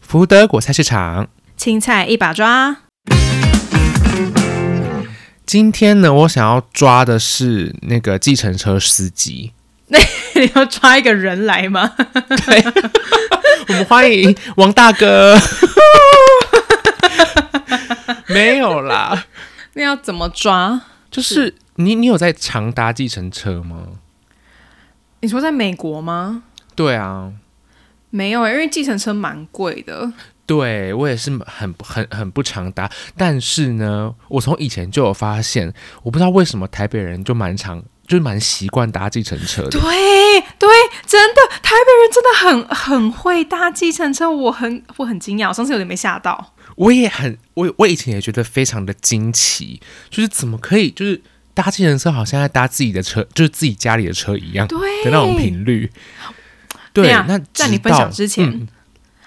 福德果菜市场。青菜一把抓， 今天呢，我想要抓的是那个计程车司机。你要抓一个人来吗？我们欢迎王大哥。 没有啦，那要怎么抓？就是你，你有在常搭计程车吗？你说在美国吗？对啊，没有欸、因为计程车蛮贵的。对我也是很很很不常搭，但是呢，我从以前就有发现，我不知道为什么台北人就蛮常，就是蛮习惯搭计程车的对。对，真的，台北人真的很很会搭计程车，我很我很惊讶，我上次有点没吓到。我也很，我我以前也觉得非常的惊奇，就是怎么可以，就是搭计程车好像在搭自己的车，就是自己家里的车一样的对，那种频率。对等一下，那在你直分到享之前嗯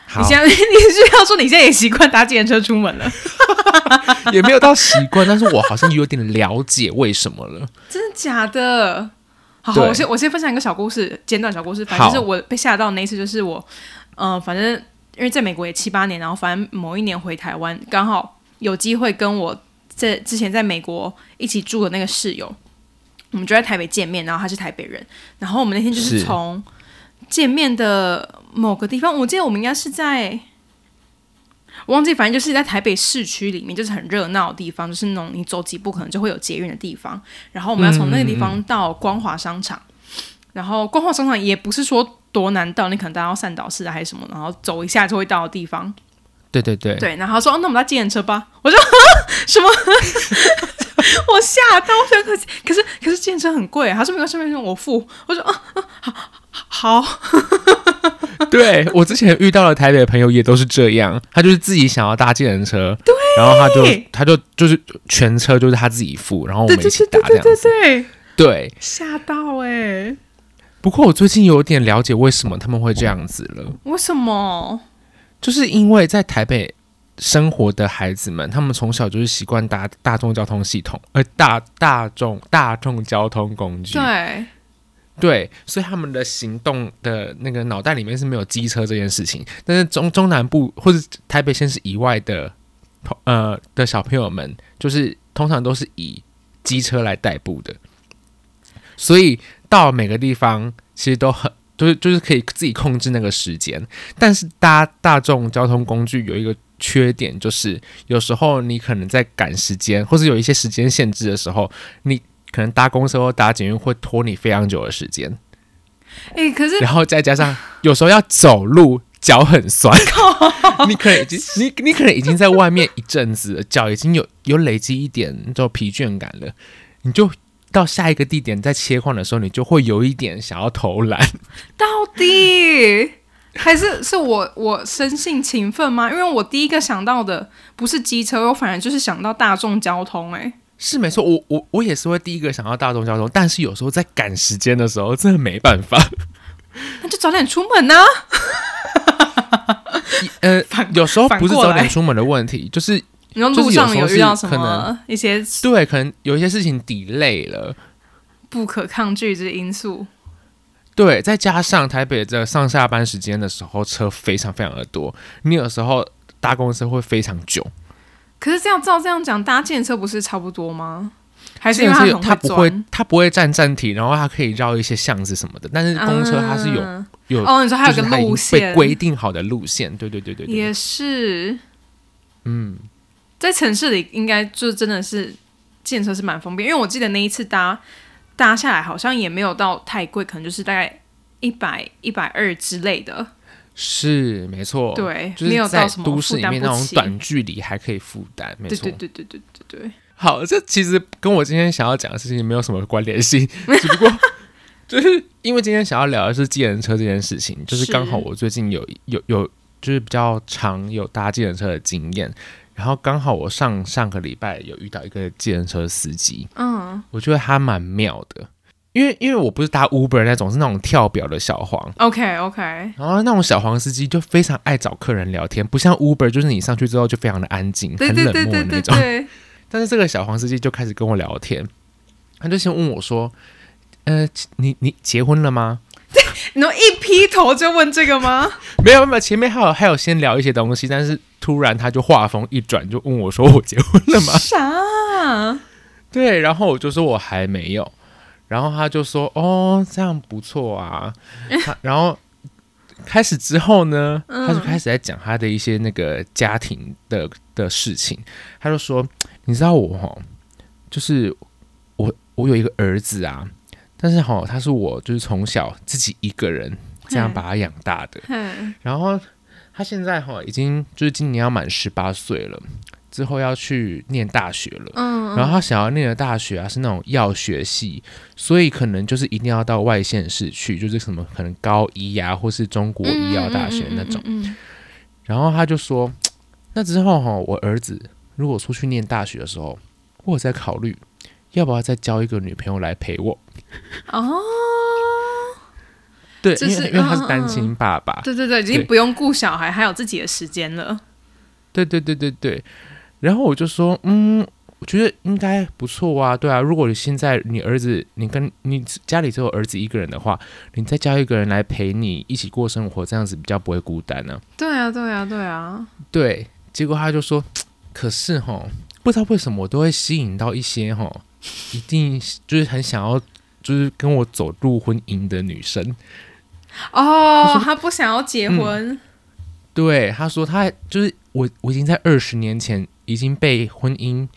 好你现在 你是要说你现在也习惯搭计程车出门了？也没有到习惯，但是我好像有点了解为什么了。真的假的？好，对我先我先分享一个小故事，简短小故事。反正好就是我被吓到那一次，就是我，呃，反正因为在美国也七八年，然后反正某一年回台湾，刚好有机会跟我在之前在美国一起住的那个室友，我们就在台北见面，然后他是台北人，然后我们那天就是是从见面的某个地方，我记得我们应该是在。我忘记，反正就是在台北市区里面，就是很热闹的地方，就是那种你走几步可能就会有捷运的地方。然后我们要从那个地方到光华商场，然后光华商场也不是说多难到，你可能大家要善导市啊还是什么，然后走一下就会到的地方。对对对，对，然后他说、哦那我们搭计程车吧。 我说啊什么？ 我吓到，我想可是可是可是计程车很贵。啊他说没关系，没关系，我付。我说 啊啊好哦好，对我之前遇到的台北朋友也都是这样，他就是自己想要搭计程车，对，然后他就他就就是全车就是他自己付，然后我对们一对起对搭对这对样子。对对，对，吓到哎、不过我最近有点了解为什么他们会这样子了，为什么？就是因为在台北生活的孩子们，他们从小就是习惯搭大众交通系统，呃，大大众大众交通工具，对，哎对，所以他们的行动的那个脑袋里面是没有机车这件事情，但是中中南部或者台北县市以外的同呃的小朋友们，就是通常都是以机车来代步的，所以到每个地方其实都很。就是就是可以自己控制那个时间，但是搭大众交通工具有一个缺点，就是有时候你可能在赶时间，或是有一些时间限制的时候，你可能搭公车或搭捷运会拖你非常久的时间，哎、可 是然后再加上有时候要走路，脚很 酸，你可能已经你你可能已经在外面一阵子了，脚已经有有累积一点这种疲倦感了，你就到下一个地点再切换的时候，你就会有一点想要偷 懒。到底还是是我我生性勤奋吗？因为我第一个想到的不是机车，我反而就是想到大众交通、欸。是没错，我我我也是会第一个想到大众交通，但是有时候在赶时间的时候，真的没办法。那就早点出门呐、啊。呃，有时候不是反过早来点出门的问题，就是你说路上有遇到就什是有时候么一些对，可能有一些事情 delay 了，不可抗拒之因素？对，再加上台北的上下班时间的时候，车非常非常的多，你有时候搭公车会非常久。可是这样照这样讲，搭建车不是差不多吗？还是因这为它是很它不会会钻？，它不会站站体，然后它可以绕一些巷子什么的。但是公车它是有、嗯有，哦，你说还有就个是它已经路被线，规定好的路线。对对对对对，也是嗯，在城市里应该就真的是建车是蛮方便，因为我记得那一次搭搭下来好像也没有到太贵，可能就是大概一百一百二之类的，是没错，，对，就没是有在到什么都市负里担面不那种起。短距离还可以负担，没对错对。对对对对对，好，这其实跟我今天想要讲的事情没有什么关联 性，只不过 就是因为今天想要聊的是计程车这件事情，就是是刚好我最近有有有就是比较常有搭计程车的经验，然后刚好我上上个礼拜有遇到一个计程车司机，嗯，我觉得他蛮妙的，因为因为我不是搭 Uber 那种，是那种跳表的小黄。 OK OK，然后那种小黄司机就非常爱找客人聊天，不像 Uber，就是你上去之后就非常的安静，对很对冷对漠的对那对种。对，但是这个小黄司机就开始跟我聊天，他就先问我说：“呃，你你结婚了吗？”然后一劈头就问这个吗？没有没有，前面还有还有先聊一些东西，但是突然他就话锋一转，就问我说我结婚 了吗？啥？对，然后我就说我还没有，然后他就说哦，这样不错啊。他然后开始之后呢，他就开始在讲他的一些那个家庭的的事情。他就说，你知道我哈，就是我我有一个儿子啊，但是哈，他是我就是从小自己一个人这样把他养大的。嗯然后他现在哈已经就是今年要满十八岁了，之后要去念大学了。嗯然后他想要念的大学啊是那种药学系，所以可能就是一定要到外县市去，就是什么可能高医呀、或是中国医药大学那种。嗯嗯嗯嗯嗯然后他就说，那之后哈、我儿子如果出去念大学的时候，我有在考虑要不要再交一个女朋友来陪我。哦，对，就因是为因为他是嗯嗯单亲爸爸，哦对对对，已对经不用顾小孩，还有自己的时间了。对对对对对。然后我就说，嗯，我觉得应该不错啊，对啊。如果你现在你儿子，你跟你家里只有儿子一个人的话，你再叫一个人来陪你一起过生活，这样子比较不会孤单呢、对啊，对啊，对啊，对，结果他就说，可是哈，不知道为什么我都会吸引到一些哈，一定就是很想要。就是跟我走入婚姻的女生，哦，他不想要结婚，对他说他就是我，我已经在二十年前已经被婚姻，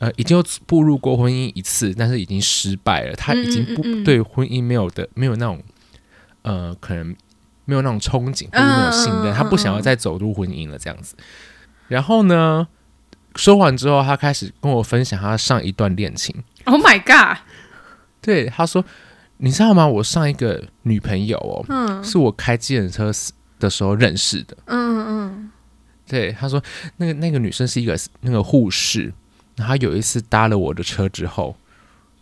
呃，已经有步入过婚姻一次，但是已经失败了。他已经不嗯嗯嗯嗯对婚姻没有的没有那种，呃，可能没有那种憧憬或者没有信嗯嗯嗯任，嗯他不想要再走入婚姻了这样子。然后呢，说完之后，他开始跟我分享他上一段恋情。 Oh my god！对，他说，你知道吗？我上一个女朋友哦，嗯是我开计程车的时候认识的。嗯对，他说那个那个女生是一个那个护士，然后她有一次搭了我的车之后，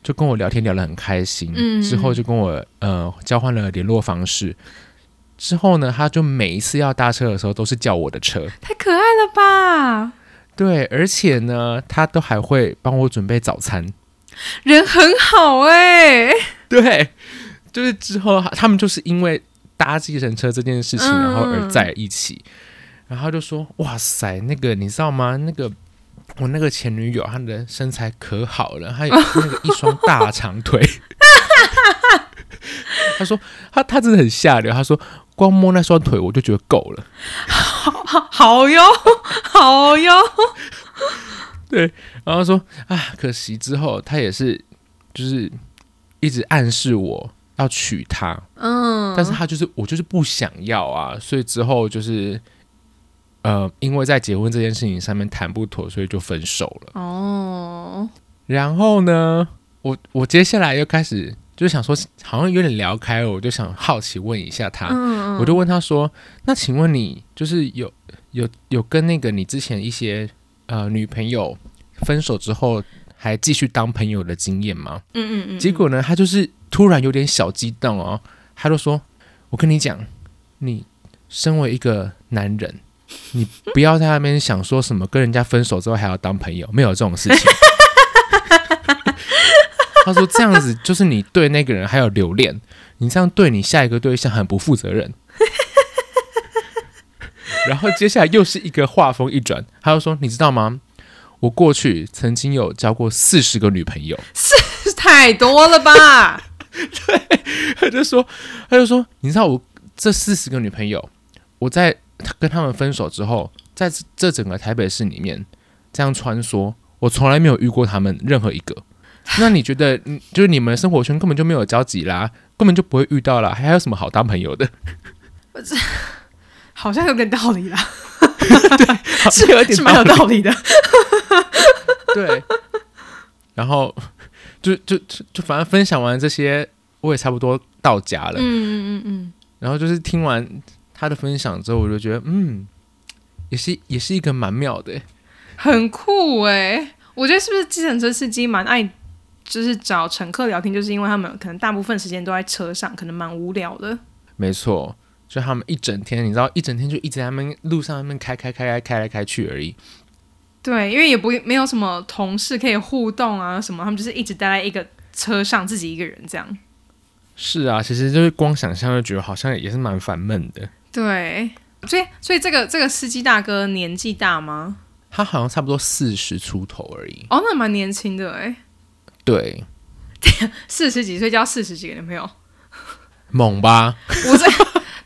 就跟我聊天聊得很开心，嗯之后就跟我呃交换了联络方式。之后呢，她就每一次要搭车的时候都是叫我的车，嗯，太可爱了吧！对，而且呢，她都还会帮我准备早餐，人很好哎、 对，就是之后他们就是因为搭计程车这件事情，嗯然后而在一起。然后他就说：“哇塞，那个你知道吗？那个我那个前女友，她的身材可好了，她有那个一双大长腿。”他说：“他他真的很下流。”他说：“光摸那双腿，我就觉得够了。”好好哟，好哟，然后说啊，可惜之后他也是就是一直暗示我要娶她，嗯，但是他就是我就是不想要啊，所以之后就是呃，因为在结婚这件事情上面谈不妥，所以就分手了。哦，然后呢，我我接下来又开始就想说，好像有点聊开了，我就想好奇问一下他，嗯，啊我就问他说，那请问你就是有有有跟那个你之前一些呃女朋友分手之后还继续当朋友的经验吗？嗯嗯嗯，结果呢，他就是突然有点小激动哦，他就说：“我跟你讲，你身为一个男人，你不要在那边想说什么跟人家分手之后还要当朋友，没有这种事情。” 他说：“这样子就是你对那个人还有留恋，你这样对你下一个对象很不负责任。”然后接下来又是一个话锋一转，他就说：“你知道吗？我过去曾经有交过四十个女朋友。”是太多了吧？他就说，他就说，你知道我这四十个女朋友，我在跟他们分手之后，在这这整个台北市里面这样穿梭，我从来没有遇过他们任何一个。那你觉得，嗯就是你们生活圈根本就没有交集啦，根本就不会遇到啦，还有什么好当朋友的？ 好像有点道理 啦，是有点 是蛮有道理的。对。然后就就就就反正分享完这些，我也差不多到家了。嗯嗯嗯然后就是听完他的分享之后，我就觉得，嗯，也是也是一个蛮妙的欸、嗯，很酷哎、我觉得是不是计程车司机蛮爱，就是找乘客聊天，就是因为他们可能大部分时间都在车上，可能蛮无聊的。没错，就他们一整天，你知道，一整天就一直在他们路上他们开开开开开来开去而已。对，因为也不没有什么同事可以互动啊什么，他们就是一直待在一个车上，自己一个人这样。是啊，其实就是光想象就觉得好像也是蛮烦闷的。对，所以所以这个这个司机大哥年纪大吗？他好像差不多四十出头而已。哦，那蛮年轻的哎，对，四十几岁交四十几个女朋友，猛吧？我这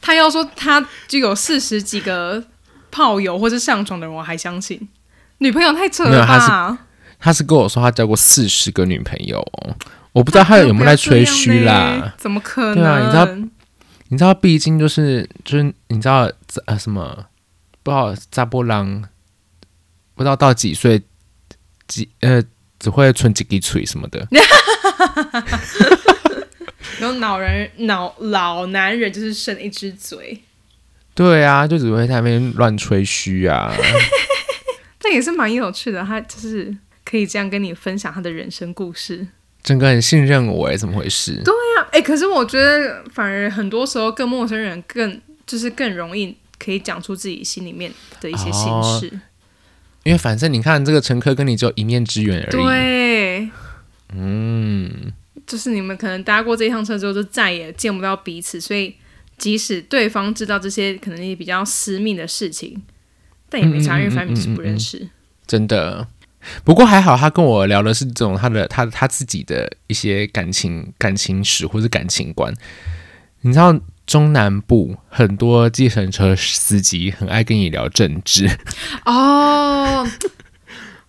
他要说他就有四十几个炮友或是上床的人，我还相信。女朋友太扯没了有他吧？他是跟我说他交过四十个女朋友哦，我不知道他有没有在吹嘘不要这样啦呢。？怎么可能？对啊你知道你知道，毕竟就是就是你知道呃什么，不知道扎波浪，不知道到几岁几呃只会存几滴嘴什么的。然后老人老老男人就是剩一只嘴，对啊，就只会在那边乱吹嘘啊。但也是蛮有趣的。他就是可以这样跟你分享他的人生故事。整个很信任我哎，怎么回事？哎、可是我觉得反而很多时候跟陌生人更就是更容易可以讲出自己心里面的一些心哦事。因为反正你看这个乘客跟你只有一面之缘而已。对，啊嗯，就是你们可能搭过这一趟车之后，就再也见不到彼此，所以即使对方知道这些可能也比较私密的事情，但也没差，嗯嗯因为反嗯正就是嗯不认嗯识。真的。不过还好，他跟我聊的是这种他的他他自己的一些感情感情史或是感情观。你知道中南部很多计程车司机很爱跟你聊政治，哦，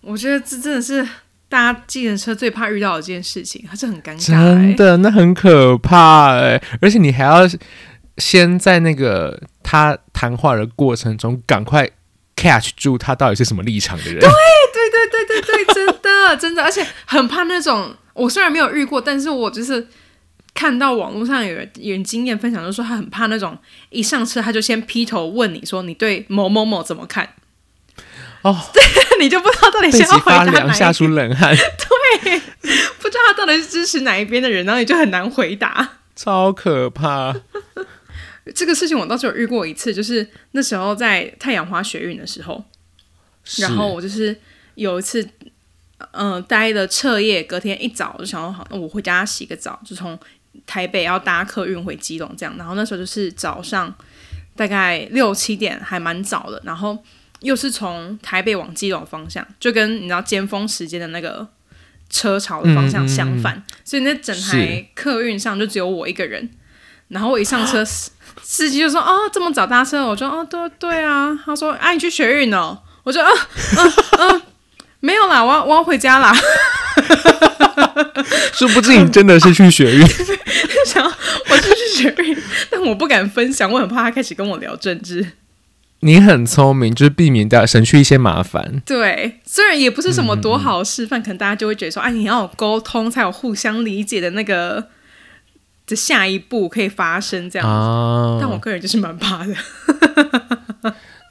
我觉得这真的是 搭计程车最怕遇到的一件事情，它是很尴尬、真欸。的那很可怕哎、而且你还要先在那个他谈话的过程中赶快 catch 住他到底是什么立场的人。对对对对对，真的真的，而且很怕那种。我虽然没有遇过，但是我就是看到网络上有人有人经验分享，就说他很怕那种一上车他就先劈头问你说你对某某某怎么看， 哦，你就不知道到底背先脊要回答发哪一凉，吓边，出冷汗，不知道他到底是支持哪一边的人，然后你就很难回答。超可怕。这个事情我倒是有遇过一次，就是那时候在太阳花学运的时候，然后我就是有一次，嗯、待了彻夜，隔天一早我就想说好，那我回家洗个澡，就从台北要搭客运回基隆这样。然后那时候就是早上大概六七点，还蛮早的。然后又是从台北往基隆方向，就跟你知道尖峰时间的那个车潮的方向相反，所以那整台是啊客运上就只有我一个人。然后我一上车，司司机就说：“哦，这么早搭车？”我说：“哦，对对啊。”他说：“啊，你去学运哦。”我说：“啊，嗯、嗯、 没有啦，我要我要回家啦。 殊不知你真的是去学运，想要我就去学运， 但我不敢分享，我很怕他开始跟我聊政治。你很聪明，就是避免掉省去一些麻烦。对，虽然也不是什么多好的示范，可能大家就会觉得说：“哎、你要有沟通，才有互相理解的那个的下一步可以发生这样。但我啊，个人就是蛮怕的。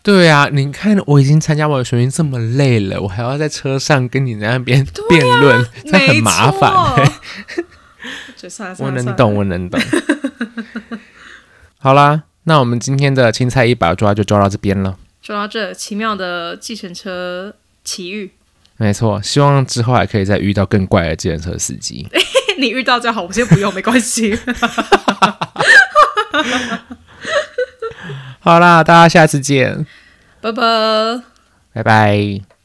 对啊，你看我已经参加完学运这么累了，我还要在车上跟你在那边辩论，这啊没很麻烦、 错。就 算了我算了算能了，懂，我能懂。 好啦，那我们今天的青菜一把抓就抓到这边了。说到这奇妙的计程车奇遇， 没错，希望之后还可以再遇到更怪的计程车司 机。你遇到就好，我先不用，没关系。 好啦，大家下次见，拜拜。拜拜。